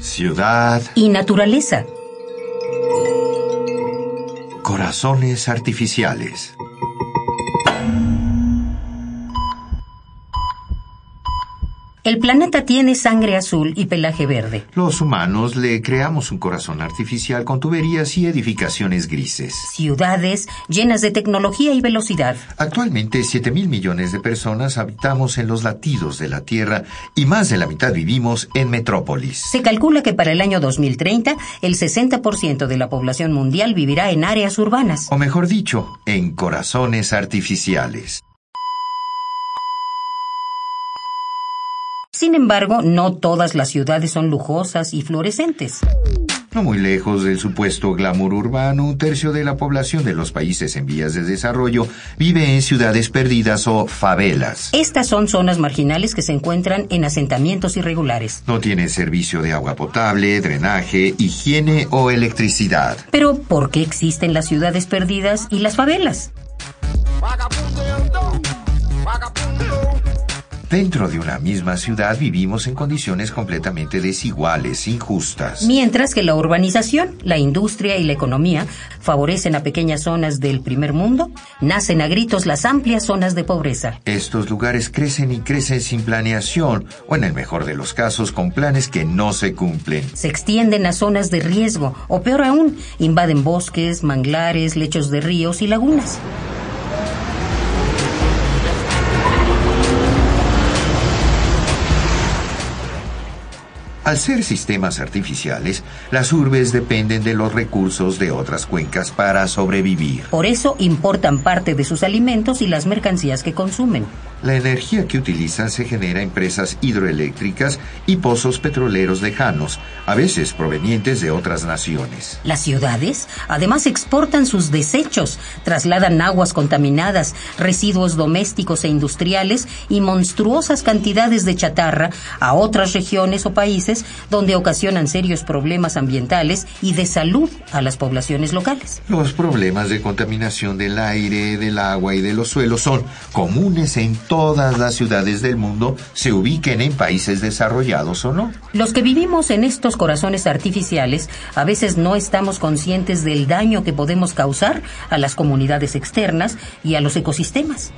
Ciudad, y naturaleza. corazones artificiales. El planeta tiene sangre azul y pelaje verde. Los humanos le creamos un corazón artificial con tuberías y edificaciones grises. Ciudades llenas de tecnología y velocidad. Actualmente, 7 mil millones de personas habitamos en los latidos de la Tierra y más de la mitad vivimos en metrópolis. Se calcula que para el año 2030 el 60% de la población mundial vivirá en áreas urbanas. O mejor dicho, en corazones artificiales. Sin embargo, no todas las ciudades son lujosas y fluorescentes. No muy lejos del supuesto glamour urbano, un tercio de la población de los países en vías de desarrollo vive en ciudades perdidas o favelas. Estas son zonas marginales que se encuentran en asentamientos irregulares. No tienen servicio de agua potable, drenaje, higiene o electricidad. Pero, ¿por qué existen las ciudades perdidas y las favelas? Dentro de una misma ciudad vivimos en condiciones completamente desiguales, injustas. Mientras que la urbanización, la industria y la economía favorecen a pequeñas zonas del primer mundo, nacen a gritos las amplias zonas de pobreza. Estos lugares crecen y crecen sin planeación, o en el mejor de los casos con planes que no se cumplen. Se extienden a zonas de riesgo, o peor aún, invaden bosques, manglares, lechos de ríos y lagunas. Al ser sistemas artificiales, las urbes dependen de los recursos de otras cuencas para sobrevivir. Por eso importan parte de sus alimentos y las mercancías que consumen. La energía que utilizan se genera en presas hidroeléctricas y pozos petroleros lejanos, a veces provenientes de otras naciones. Las ciudades además exportan sus desechos, trasladan aguas contaminadas, residuos domésticos e industriales y monstruosas cantidades de chatarra a otras regiones o países donde ocasionan serios problemas ambientales y de salud a las poblaciones locales. Los problemas de contaminación del aire, del agua y de los suelos son comunes en todas las ciudades del mundo, se ubiquen en países desarrollados o no. Los que vivimos en estos corazones artificiales a veces no estamos conscientes del daño que podemos causar a las comunidades externas y a los ecosistemas.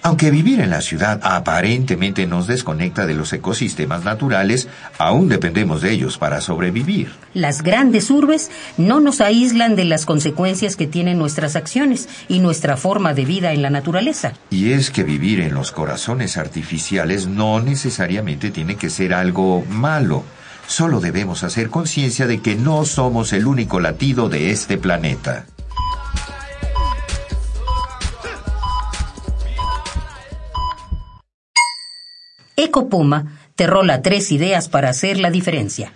Aunque vivir en la ciudad aparentemente nos desconecta de los ecosistemas naturales, aún dependemos de ellos para sobrevivir. Las grandes urbes no nos aíslan de las consecuencias que tienen nuestras acciones y nuestra forma de vida en la naturaleza. Y es que vivir en los corazones artificiales no necesariamente tiene que ser algo malo. Solo debemos hacer conciencia de que no somos el único latido de este planeta. Ecopuma te rola tres ideas para hacer la diferencia.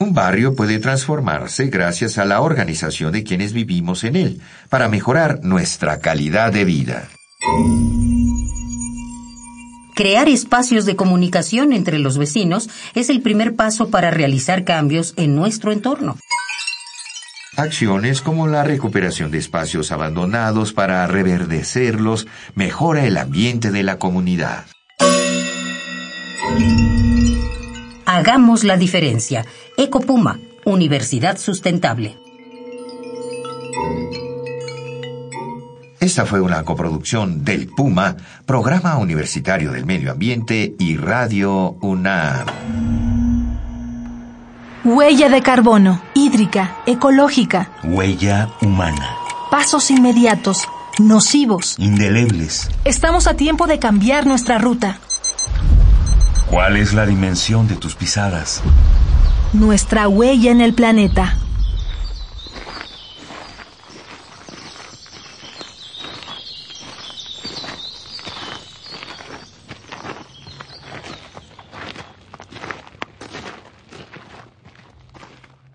Un barrio puede transformarse gracias a la organización de quienes vivimos en él, para mejorar nuestra calidad de vida. Crear espacios de comunicación entre los vecinos es el primer paso para realizar cambios en nuestro entorno. Acciones como la recuperación de espacios abandonados para reverdecerlos mejora el ambiente de la comunidad. Hagamos la diferencia. Ecopuma, Universidad Sustentable. Esta fue una coproducción del Puma, Programa Universitario del Medio Ambiente y Radio UNAM. Huella de carbono, hídrica, ecológica, Huella humana. pasos inmediatos, nocivos. Indelebles. Estamos a tiempo de cambiar nuestra ruta. ¿Cuál es la dimensión de tus pisadas? Nuestra huella en el planeta.